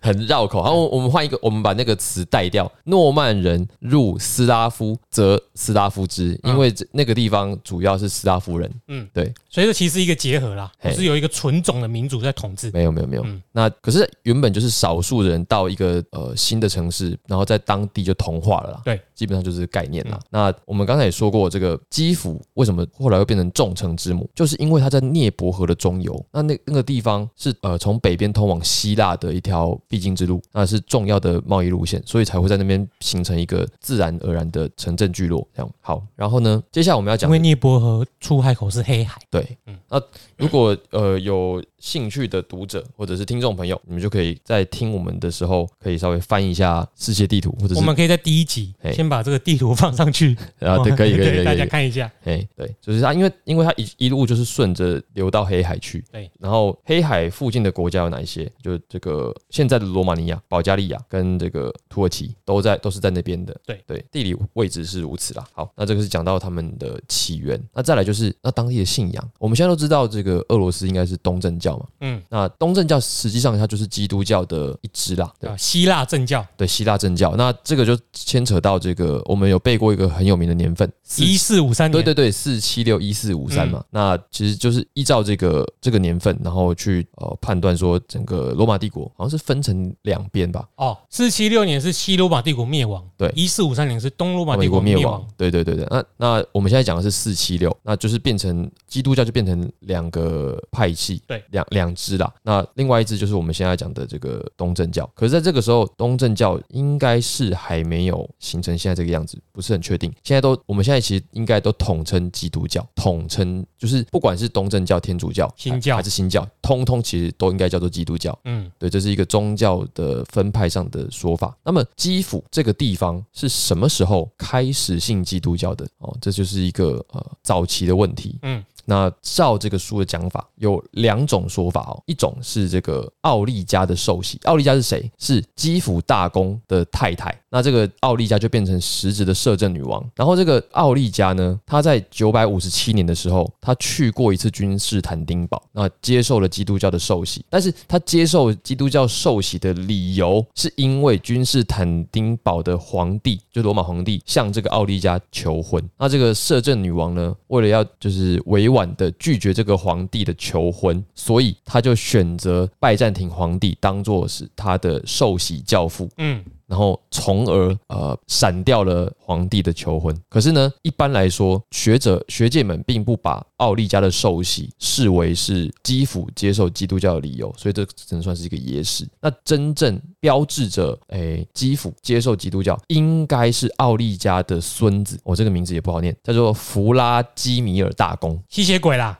A: 很绕口。好，我我们换一个，我们把那个词带掉。诺曼人入斯拉夫，则斯拉夫之，
B: 嗯
A: 因为这那个地方主要是斯拉夫人。
B: 嗯
A: 嗯，对，
B: 所以这其实是一个结合啦，不
A: 嘿
B: 是有一个纯种的民族在统治。
A: 没有没有没有。
B: 嗯
A: 那可是原本就是少数人到一个呃新的城市，然后在当地就同化了啦。
B: 对，嗯
A: 基本上就是概念啦。那我们刚才也说过，这个基辅为什么后来又变成众城之母，就是因为它在涅伯河的中游。那那那个地方是呃从北边通往希腊的一条必经之路，那是重要的贸易路线，所以才会在那边形成一个自然而然的城镇聚落。这样好，然后呢，接下来我们要讲嗯
B: 因为涅伯河出海口是黑海，
A: 对，那如果呃有兴趣的读者或者是听众朋友，你们就可以在听我们的时候，可以稍微翻一下世界地图，或者
B: 我
A: 是
B: 们可以在第一集
A: 嘿
B: 先把这个地图放上去，
A: 啊，对， 可以，可以，可
B: 给
A: 以，
B: 大
A: 可
B: 家
A: 以，
B: 看一下。
A: 哎，对，就是它，因为因为它一一路就是顺着流到黑海去，
B: 对，
A: 然后黑海附近的国家有哪一些？就这个现在的罗马尼亚、保加利亚跟这个土耳其都在都是在那边的，
B: 对
A: 对，地理位置是如此啦。好，那这个是讲到他们的起源，那再来就是那当地的信仰，我们现在都知道这个俄罗斯应该是东正教嘛，
B: 嗯，
A: 那东正教实际上它就是基督教的一支啦，对
B: 啊，希腊正教
A: 对，希腊正教，那这个就牵扯到这个我们有背过一个很有名的年份，四
B: 一四五三
A: 对
B: 年，嗯
A: 对对，四七六一四五三嘛，那其实就是依照这个这个年份，然后去呃判断说整个罗马帝国好像是分成两边吧，
B: 哦，四七六年是西罗马帝国灭亡，
A: 对
B: 一四五三年是东罗马帝
A: 美
B: 国
A: 国
B: 灭
A: 哦灭
B: 亡
A: 亡，，对对对对。那那我们现在讲的是四七六，那就是变成基督教就变成两个派系，
B: 对，
A: 两两支啦。那另外一支就是我们现在讲的这个东正教，可是在这个时候，东正教应该是还没有形成现在这个样子，不是很确定。现在都我们现在其实应该都统称基督教，统称就是不管是东正教、天主教、
B: 新教
A: 还是新教，通通其实都应该叫做基督教。
B: 嗯，
A: 对，这是一个宗教的分派上的说法。那么基辅这个地方是什么时候开始信基督教的？哦，这就是一个呃早期的问题。
B: 嗯，
A: 那照这个书的讲法，有两种说法哦，一种是这个奥利加的受洗，奥利加是谁？是基辅大公的太太。那这个奥利加就变成实质的摄政女王。然后这个奥利加呢，她在九百五十七年的时候，她去过一次君士坦丁堡，那接受了基督教的受洗。但是她接受基督教受洗的理由，是因为君士坦丁堡的皇帝，就罗马皇帝，向这个奥利加求婚。那这个摄政女王呢，为了要就是委婉的拒绝这个皇帝的求婚，所以她就选择拜占庭皇帝当做是她的受洗教父。
B: 嗯，
A: 然后从而呃闪掉了皇帝的求婚。可是呢，一般来说，学者学界们并不把奥利加的受洗视为是基辅接受基督教的理由，所以这只能算是一个野史。那真正标志着诶基辅接受基督教，应该是奥利加的孙子，我、这个名字也不好念，叫做弗拉基米尔大公。
B: 吸血鬼啦。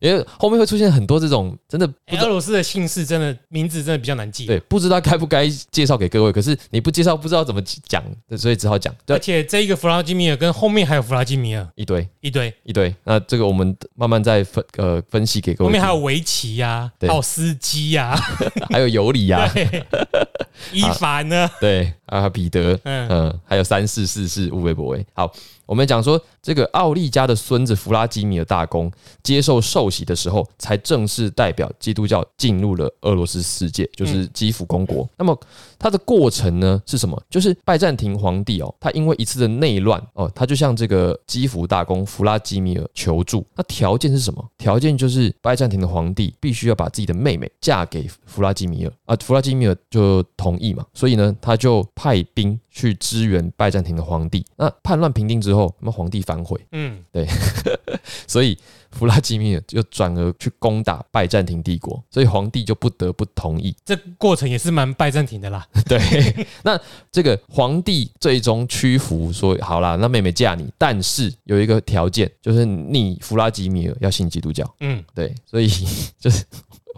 A: 因为后面会出现很多这种真的不
B: 哎
A: 知
B: 俄罗斯的姓氏真的名字真的比较难记，
A: 对，不知道该不该介绍给各位，可是你不介绍，不知道怎么讲，所以只好讲。对，
B: 而且这一个弗拉基米尔跟后面还有弗拉基米尔
A: 一堆。
B: 一堆，
A: 一堆。那这个我们慢慢再分呃分析给各
B: 后
A: 位
B: 面
A: 听。
B: 还有围棋呀、还
A: 对
B: 有司机呀、
A: 还有尤里 呀、 啊
B: 对，伊凡呢，
A: 对，还有彼得，
B: 嗯，
A: 嗯，还有三世四世乌维博维。好，我们讲说这个奥利加的孙子弗拉基米尔大公接受受洗的时候，才正式代表基督教进入了俄罗斯世界，就是
B: 嗯
A: 基辅公国。那么它的过程呢是什么？就是拜占庭皇帝哦，他因为一次的内乱哦，他就向这个基辅大公弗拉基米尔求助。那条件是什么？条件就是拜占庭的皇帝必须要把自己的妹妹嫁给弗拉基米尔啊，弗拉基米尔就同意嘛，所以呢，他就派兵去支援拜占庭的皇帝。那叛乱平定之后，那么皇帝反悔，
B: 嗯，
A: 所以弗拉基米尔就转而去攻打拜占庭帝国，所以皇帝就不得不同意。
B: 这过程也是蛮拜占庭的啦。
A: 对，那这个皇帝最终屈服，说好啦，那妹妹嫁你，但是有一个条件，就是你弗拉基米尔要信基督教。
B: 嗯，
A: 对，所以 就是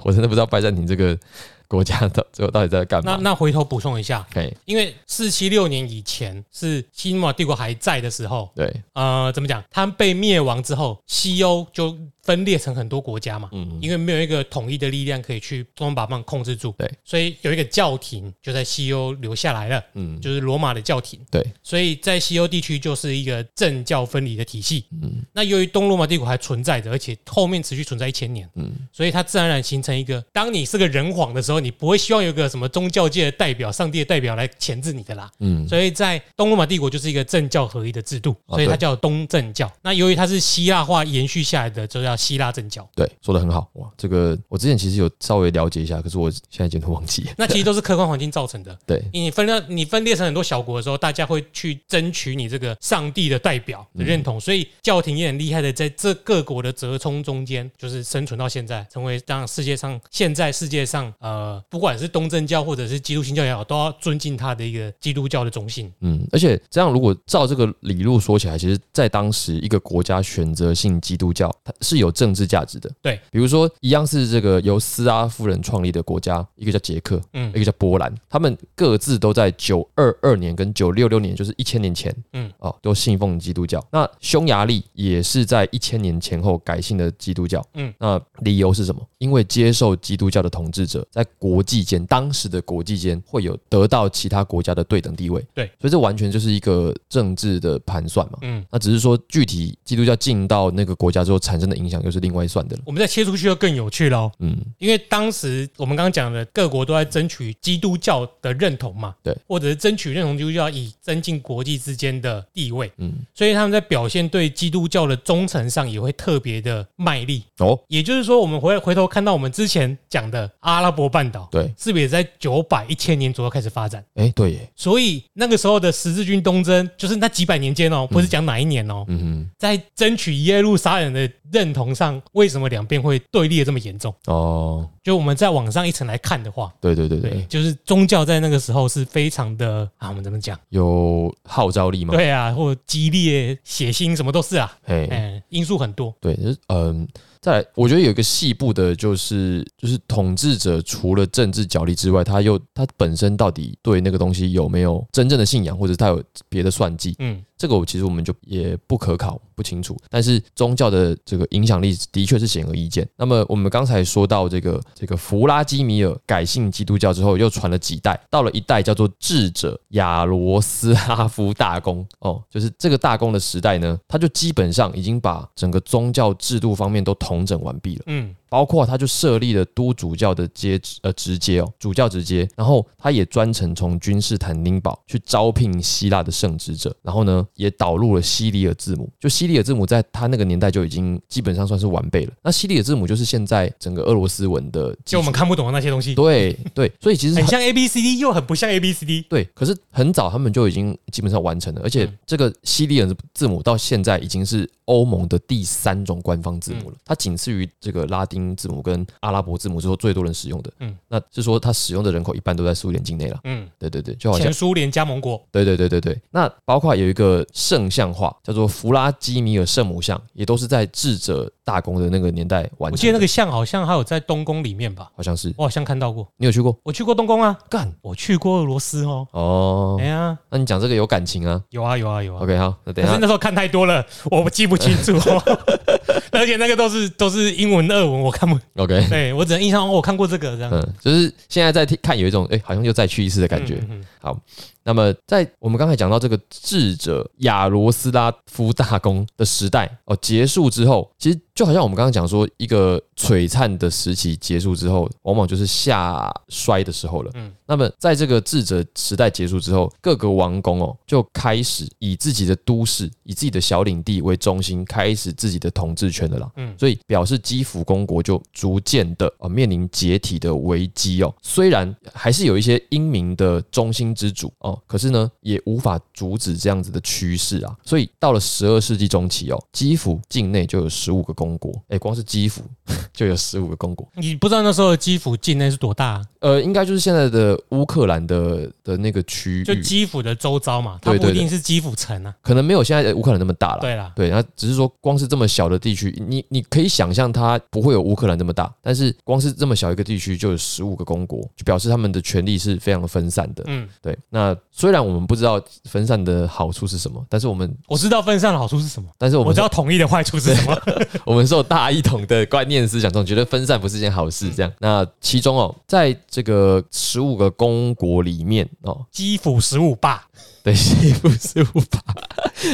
A: 我真的不知道拜占庭这个国家到最后到底在干
B: 那
A: 嘛。
B: 那回头补充一下，
A: 嘿，
B: 因为四七六年以前是西罗马帝国还在的时候，
A: 对，
B: 呃，怎么讲？他们被灭亡之后，西欧就分裂成很多国家嘛。
A: 嗯，
B: 因为没有一个统一的力量可以去帮把他们控制住，
A: 对，
B: 所以有一个教廷就在西欧留下来了，
A: 嗯，
B: 就是罗马的教廷。
A: 对，
B: 所以在西欧地区就是一个政教分离的体系。
A: 嗯
B: 那由于东罗马帝国还存在着，而且后面持续存在一千年，
A: 嗯，
B: 所以它自然而然形成一个，当你是个人皇的时候，你不会希望有个什么宗教界的代表、上帝的代表来钳制你的啦。
A: 嗯，
B: 所以在东罗马帝国就是一个政教合一的制度，
A: 啊
B: 所以它
A: 对
B: 叫东正教。那由于它是希腊化延续下来的，就叫希腊正教。
A: 对，说的很好哇。这个我之前其实有稍微了解一下，可是我现在已经都忘记了。
B: 那其实都是客观环境造成的。
A: 对，
B: 你分裂，你分裂成很多小国的时候，大家会去争取你这个上帝的代表的认同，所以教廷也很厉害的，在这各国的折冲中间，就是生存到现在，成为让世界上现在世界上呃个不管是东正教或者是基督新教也好，都要尊敬他的一个基督教的中心。
A: 嗯，而且这样如果照这个理路说起来，其实，在当时一个国家选择性基督教，它是有政治价值的。
B: 对，
A: 比如说一样是这个由斯拉夫人创立的国家，一个叫捷克，
B: 嗯
A: 一个叫波兰，他们各自都在九二二年跟九六六年，就是一千年前，
B: 嗯
A: 嗯，哦，都信奉基督教。那匈牙利也是在一千年前后改信的基督教，
B: 嗯
A: 嗯，那理由是什么？因为接受基督教的统治者在国际间，当时的国际间会有得到其他国家的对等地位，
B: 对
A: 所以这完全就是一个政治的盘算嘛。
B: 嗯，
A: 那只是说，具体基督教进到那个国家之后产生的影响，又是另外算的了。
B: 我们再切出去就更有趣喽。
A: 嗯，
B: 因为当时我们刚刚讲的，各国都在争取基督教的认同嘛，
A: 对，
B: 或者是争取认同基督教以增进国际之间的地位，
A: 嗯，
B: 所以他们在表现对基督教的忠诚上也会特别的卖力。
A: 哦，
B: 也就是说，我们回回头看到我们之前讲的阿拉伯半岛，
A: 对，
B: 是不是也在九百一千年左右开始发展？
A: 哎、对耶，
B: 所以那个时候的十字军东征，就是那几百年间哦，不是讲哪一年哦，
A: 嗯哼，
B: 在争取耶路撒冷的认同上，为什么两边会对立的这么严重？
A: 哦，
B: 就我们再往上一层来看的话，
A: 对对对对，
B: 对，就是宗教在那个时候是非常的啊，我们怎么讲？
A: 有号召力嘛？
B: 对啊，或激烈、血腥，什么都是啊，
A: 嘿，
B: 嗯，因素很多。
A: 对，就是嗯，再来，我觉得有一个细部的，就是就是统治者除了政治角力之外，他又他本身到底对那个东西有没有真正的信仰，或者他有别的算计，
B: 嗯，
A: 这个我其实我们就也不可考不清楚。但是宗教的这个影响力的确是显而易见。那么我们刚才说到这个这个弗拉基米尔改信基督教之后，又传了几代，到了一代叫做智者亚罗斯拉夫大公哦，就是这个大公的时代呢，他就基本上已经把整个宗教制度方面都统整完毕了。
B: 嗯，
A: 包括他就设立了都主教的阶职呃直接哦，主教直接，然后他也专程从君士坦丁堡去招聘希腊的圣职者，然后呢也导入了西里尔字母，就西里尔字母在他那个年代就已经基本上算是完备了。那西里尔字母就是现在整个俄罗斯文的基础，
B: 就哎我们哎看不懂的那些东西，
A: 对对，所以其实
B: 很像 A B C D，又很不像 A B C D。
A: 对，可是很早他们就已经基本上完成了，而且
B: 嗯
A: 这个西里尔字母到现在已经是欧盟的第三种官方字母
B: 嗯
A: 了，它仅次于这个拉丁字母跟阿拉伯字母之后最多人使用的。
B: 嗯
A: 嗯，那是说它使用的人口一半都在苏联境内了。
B: 嗯，
A: 对对对，就好像
B: 前苏联加盟国。
A: 对对对对对，那包括有一个圣像画叫做弗拉基米尔圣母像，也都是在智者大公的那个年代完成的。
B: 我记得那个像好像还有在东宫里面吧，
A: 好像是
B: 我好像看到过。
A: 你有去过
B: 我去过东宫啊，
A: 干
B: 我去过俄罗斯哦。
A: 哦
B: 哎？呀，
A: 那你讲这个有感情啊
B: 有啊有啊有啊。
A: ？OK，好，那等
B: 可
A: 一
B: 是
A: 下
B: 那时候看太多了，我记不清楚、 而且那个都是都是英文、俄文，我看不。
A: OK。
B: 对我只能印象哦，我看过这个这样。
A: 嗯，就是现在在听看有一种哎、诶好像又再去一次的感觉。
B: 嗯嗯
A: 那么在我们刚才讲到这个智者亚罗斯拉夫大公的时代哦结束之后，其实就好像我们刚刚讲说，一个璀璨的时期结束之后，往往就是下衰的时候了。
B: 嗯
A: 嗯，那么在这个智者时代结束之后，各个王公哦就开始以自己的都市、以自己的小领地为中心，开始自己的统治权的啦。所以表示基辅公国就逐渐的呃面临解体的危机哦。虽然还是有一些英明的中心之主哦，可是呢也无法阻止这样子的趋势啊。所以到了十二世纪中期哦，基辅境内就有十五个公国，哎，光是基辅 就有十五个公国，
B: 嗯你不知道那时候的基辅境内是多大啊、
A: 呃，应该就是现在的乌克兰的的那个区
B: 就
A: 域，
B: 基辅的周遭嘛，它
A: 对啊
B: 不
A: 对
B: 一定是基辅城啊。
A: 可能没有现在的乌克兰那么大了。
B: 对啦，
A: 对，那只是说光是这么小的地区，你你可以想象它不会有乌克兰这么大，但是光是这么小一个地区就有十五个公国，就表示他们的权力是非常的分散的。
B: 嗯，
A: 对，那虽然我们不知道分散的好处是什么，但是我们
B: 我知道分散的好处是什么，
A: 但是我
B: 我
A: 们
B: 知道统一的坏处是什么。
A: 我们受大一统的观念思想中，觉得分散不是件好
B: 嗯
A: 事。这样，那其中哦，在这个十五个公国里面哦，
B: 基辅十五霸，
A: 对，西部十五吧。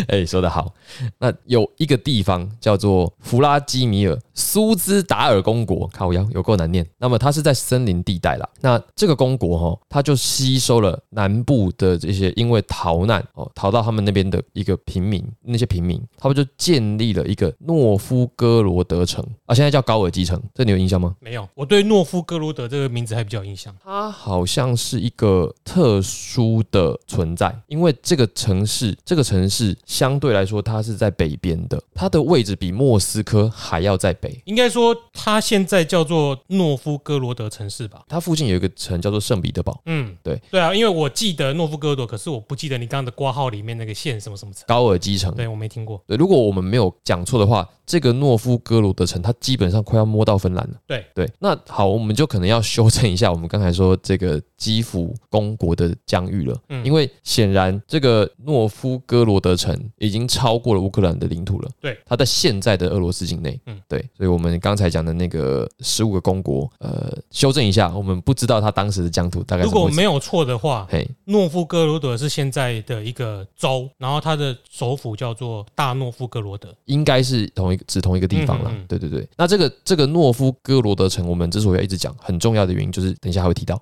A: 哎、说得好。那有一个地方叫做弗拉基米尔苏兹达尔公国，靠腰有够难念。那么它是在森林地带啦。那这个公国哈、哦，它就吸收了南部的这些因为逃难哦，逃到他们那边的一个平民，那些平民，他们就建立了一个诺夫哥罗德城啊，现在叫高尔基城，这你有印象吗？
B: 没有，我对诺夫哥罗德这个名字还比较有印象。
A: 它好像是一个特殊的存在，因为这个城市，这个城市是相对来说它是在北边的，它的位置比莫斯科还要在北。
B: 应该说它现在叫做诺夫哥罗德城市吧？
A: 它附近有一个城叫做圣彼得堡，
B: 嗯，
A: 对
B: 对啊，因为我记得诺夫哥罗德，可是我不记得你刚刚的挂号里面那个县什么什么城，
A: 高尔基城。
B: 对我没听过。
A: 对，如果我们没有讲错的话，这个诺夫哥罗德城它基本上快要摸到芬兰了。
B: 对
A: 对，那好，我们就可能要修正一下我们刚才说这个基辅公国的疆域了，
B: 嗯
A: 因为显然这个诺夫哥罗德城已经超过了乌克兰的领土了。
B: 对，
A: 它在现在的俄罗斯境内。
B: 嗯
A: 嗯，对，所以我们刚才讲的那个十五个公国，呃，修正一下，我们不知道它当时的疆土大概是
B: 如果
A: 什么
B: 我
A: 位置
B: 没有错的话，
A: 嘿，
B: 诺夫哥罗德是现在的一个州，然后它的首府叫做大诺夫哥罗德。
A: 应该是同一个指同一个地方啦。
B: 嗯嗯嗯
A: 对对对，那这个这个诺夫哥罗德城，我们之所以要一直讲，很重要的原因就是等一下还会提到。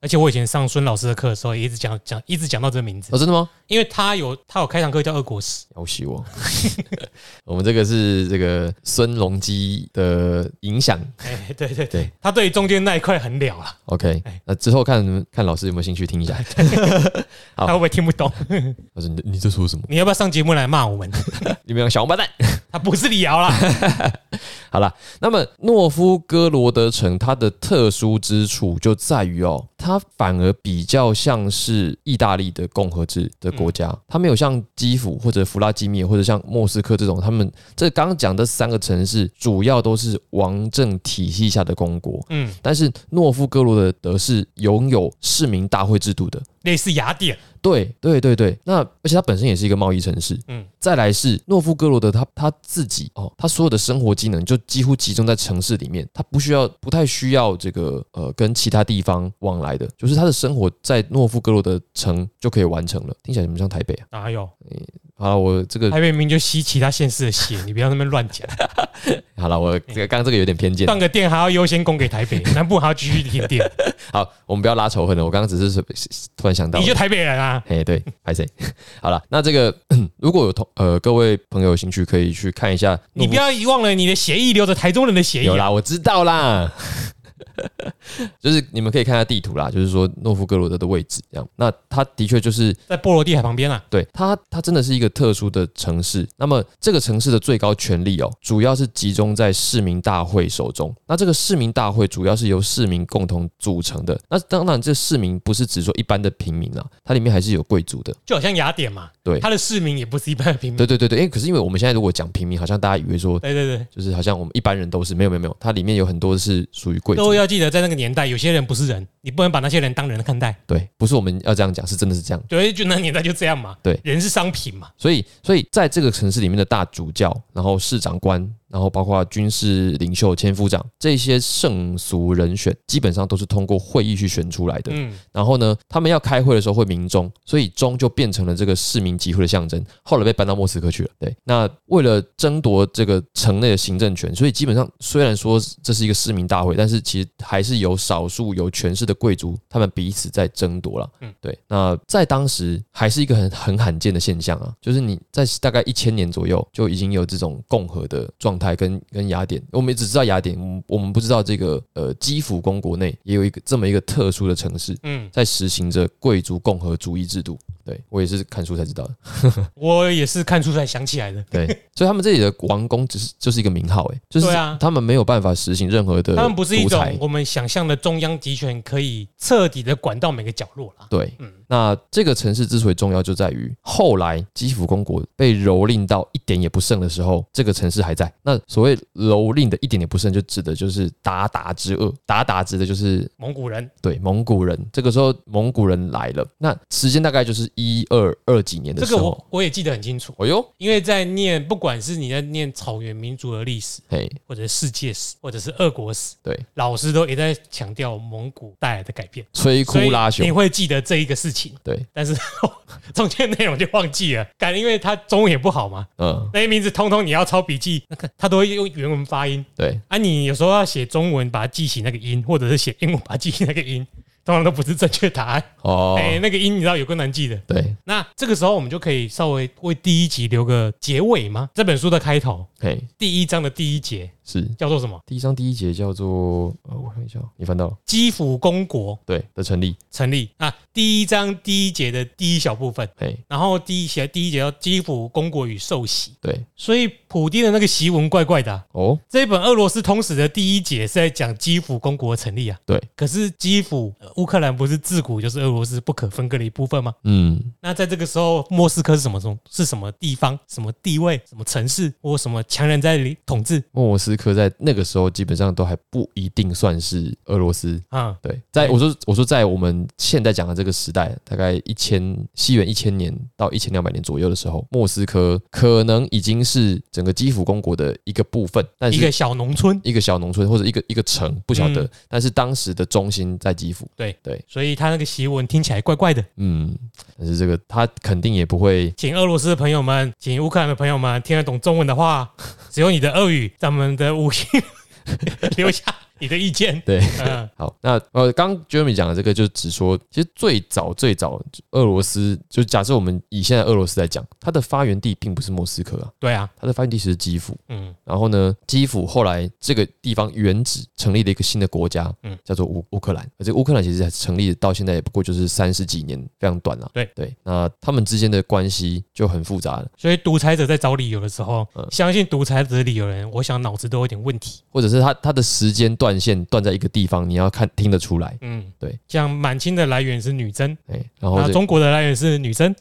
B: 而且我以前上孙老师的课的时候，也一直讲讲，一直讲到这个名字
A: 哦，，真的吗？
B: 因为他有他有开堂课叫俄国史，
A: 要死我！ 我们这个是这个孙隆基的影响。
B: 哎， 对对对
A: 对，
B: 他对中间那一块很了了，
A: OK，
B: 哎
A: 那之后看看老师有没有兴趣听一下。
B: 他
A: 好
B: 会不会听不懂？
A: 老师，你你在说什么？
B: 你要不要上节目来骂我们？
A: 你们两个小王八蛋！
B: 他不是李敖啦，
A: 好啦，那么诺夫哥罗德城它的特殊之处就在于哦，它反而比较像是意大利的共和制的国家，它没有像基辅或者弗拉基米尔或者像莫斯科这种，他们这刚刚讲的三个城市主要都是王政体系下的公国。
B: 嗯，
A: 但是诺夫哥罗德是拥有市民大会制度的，
B: 类似雅典，
A: 对对对对，那而且它本身也是一个贸易城市，
B: 嗯
A: 嗯，再来是诺夫哥罗德他，他自己哦，他所有的生活机能就几乎集中在城市里面，他不需要不太需要这个呃跟其他地方往来的，就是他的生活在诺夫哥罗德城就可以完成了，听起来怎么像台北啊？
B: 哪有？
A: 好了，我这个
B: 哎台北明明就吸其他县市的血，你不要那么 乱讲。
A: 好了，
B: 嗯
A: 我这个刚刚这个有点偏见，
B: 断个电还要优先供给台 北，南部还要继续停电，
A: 好，我们不要拉仇恨了，我刚刚只是随突然想到
B: 你
A: 了
B: 就台北人啊。
A: 哎，对，拍谁？ 好了，那这个 如果有同呃各位朋友有兴趣，可以去看一下诺夫。
B: 你不要遗忘了你的协议留着台中人的协议、
A: 有
B: 啊。
A: 啦，我知道啦。 就是你们可以看一下地图啦，就是说诺夫哥罗德的位置这样。那它的确就是
B: 在波罗的海旁边啊，
A: 对它，它真的是一个特殊的城市。那么这个城市的最高权力哦，主要是集中在市民大会手中。那这个市民大会主要是由市民共同组成的。那当然，这市民不是只说一般的平民啦，它里面还是有贵族的。
B: 就好像雅典嘛，
A: 对
B: 他的市民也不是一般的平民，
A: 对对对对，哎、可是因为我们现在如果讲平民，好像大家以为说
B: 对对对，
A: 就是好像我们一般人都是没有没有没有，它里面有很多是属于贵族
B: 都
A: 的。
B: 要记得在那个年代，有些人不是人，你不能把那些人当人看待，
A: 对，不是我们要这样讲，是真的是这样。
B: 对，就那年代就这样嘛，
A: 对
B: 人是商品嘛，
A: 所以，所以在这个城市里面的大主教，然后市长官，然后包括军事领袖、千夫长这些圣俗人选，基本上都是通过会议去选出来的。
B: 嗯，
A: 然后呢，他们要开会的时候会鸣钟，所以钟就变成了这个市民集会的象征。后来被搬到莫斯科去了。对，那为了争夺这个城内的行政权，所以基本上虽然说这是一个市民大会，但是其实还是有少数有权势的贵族，他们彼此在争夺了。
B: 嗯
A: 嗯，对。那在当时还是一个很很罕见的现象啊，就是你在大概一千年左右就已经有这种共和的状态跟，跟雅典，我们只知道雅典，我们我们不知道这个呃基辅公国内也有一个这么一个特殊的城市。
B: 嗯，
A: 在实行着贵族共和主义制度。对我也是看书才知 道的。
B: 我也是看出才想起来的，
A: 对，所以他们这里的王公只是就是一个名号、欸，就是
B: 对啊
A: 他们没有办法实行任何的独裁。
B: 他们不是一种我们想象的中央集权可以彻底的管到每个角落啦，
A: 对，
B: 嗯
A: 那这个城市之所以重要，就在于后来基辅公国被蹂躏到一点也不剩的时候，这个城市还在。那所谓蹂躏的一点也不剩，就指的就是鞑靼之恶。鞑靼指的就是
B: 蒙古人，
A: 对蒙古人。这个时候蒙古人来了，那时间大概就是一二二几年的
B: 这
A: 时
B: 个
A: 候。
B: 我我也记得很清楚，
A: 哦哟，
B: 因为在念，不管是你在念草原民族的历史，
A: 嘿，
B: 或者世界史，或者是俄国史，
A: 对，
B: 老师都也在强调蒙古带来的改变。
A: 摧枯拉
B: 所以
A: 朽
B: 你。会记得这一个事情，
A: 对，
B: 但是 中间内容就忘记了。感因为他中文也不好嘛，
A: 嗯，
B: 那些名字通通你要抄笔记，那个他都会用原文发音
A: 对，
B: 啊。你有时候要写中文把它记起那个音，或者是写英文把它记起那个音，通常都不是正确答案。
A: 哦，
B: 哎、那个音你知道有够难记的。
A: 对，
B: 那这个时候我们就可以稍微为第一集留个结尾吗？这本书的开头
A: 嘿，
B: 第一章的第一节
A: 是
B: 叫做什么？
A: 第一章第一节叫做呃，我看一下哦，你翻到了
B: 基辅公国
A: 对的成立，
B: 成立啊，第一章第一节的第一小部分，
A: 嘿，
B: 然后第一节第一节叫基辅公国与受洗，
A: 对
B: 所以普丁的那个檄文怪怪的啊、
A: 哦，
B: 这一本《俄罗斯通史》的第一节是在讲基辅公国的成立啊，
A: 对，
B: 可是基辅、呃乌克兰不是自古就是俄罗斯不可分割的一部分吗？
A: 嗯，
B: 那在这个时候，莫斯科是什么中是什么地方、什么地位、什么城市或什么强人在里统治
A: 莫斯科在那个时候基本上都还不一定算是俄罗斯。
B: 啊？
A: 对，在
B: 对
A: 我说我说在我们现在讲的这个时代，大概一千西元一千年到一千两百年左右的时候，莫斯科可能已经是整个基辅公国的一个部分，但
B: 一
A: 是
B: 个小农村，
A: 一个小农村或者一个一个城不晓得，
B: 嗯
A: 但是当时的中心在基辅。
B: 对
A: 对，
B: 所以他那个檄文听起来怪怪的。
A: 嗯，但是这个他肯定也不会
B: 请俄罗斯的朋友们，请乌克兰的朋友们，听得懂中文的话， 只有你的俄语，咱们的五星 留下你的意见。
A: 对
B: 嗯，
A: 好，那呃，刚刚 Jeremy 讲的这个，就只说，其实最早最早，俄罗斯就假设我们以现在俄罗斯来讲，它的发源地并不是莫斯科啊，
B: 对啊，
A: 它的发源地是基辅。
B: 嗯，
A: 然后呢，基辅后来这个地方原址成立了一个新的国家，
B: 嗯
A: 嗯，叫做乌乌克兰。而这个乌克兰其实还成立到现在也不过就是三十几年，非常短了、啊
B: 对
A: 对，那他们之间的关系就很复杂了，
B: 所以独裁者在找理由的时候，
A: 嗯
B: 相信独裁者的理由人，我想脑子都有点问题。
A: 或者是他他的时间断线断在一个地方，你要看听得出来，
B: 嗯，
A: 对，
B: 像满清的来源是女真，
A: 哎，然后
B: 那
A: 这
B: 中国的来源是女真。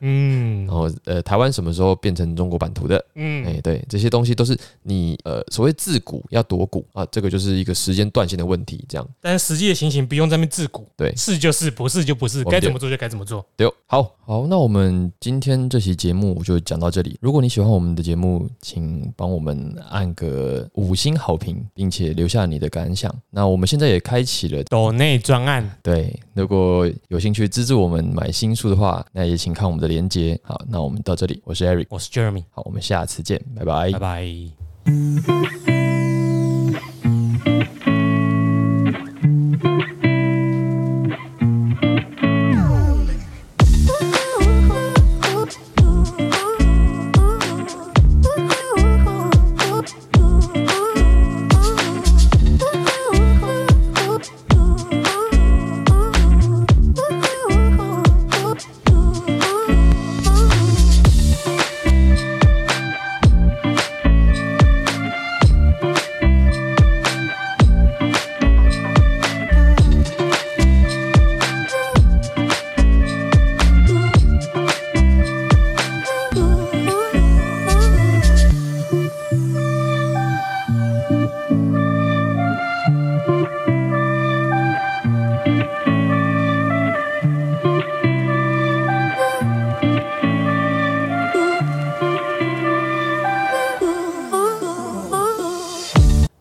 B: 嗯
A: 然后呃，台湾什么时候变成中国版图的？哎、
B: 嗯，
A: 对，这些东西都是你呃所谓自古要夺古啊，这个就是一个时间断线的问题。这样
B: 但实际的情形不用在那边自古，
A: 对
B: 是就是，不是就不是，
A: 我们
B: 该怎
A: 就
B: 么做就该怎么做。
A: 对哦，好好，那我们今天这期节目就讲到这里。如果你喜欢我们的节目，请帮我们按个五星好评，并且留下你的感想。那我们现在也开启了。
B: 岛内专案，
A: 对，如果有兴趣资助我们买新书的话，那也请看我们的链接。好，那我们到这里，我是 Eric，
B: 我是 Jeremy，
A: 好，我们下次见，拜
B: 拜拜。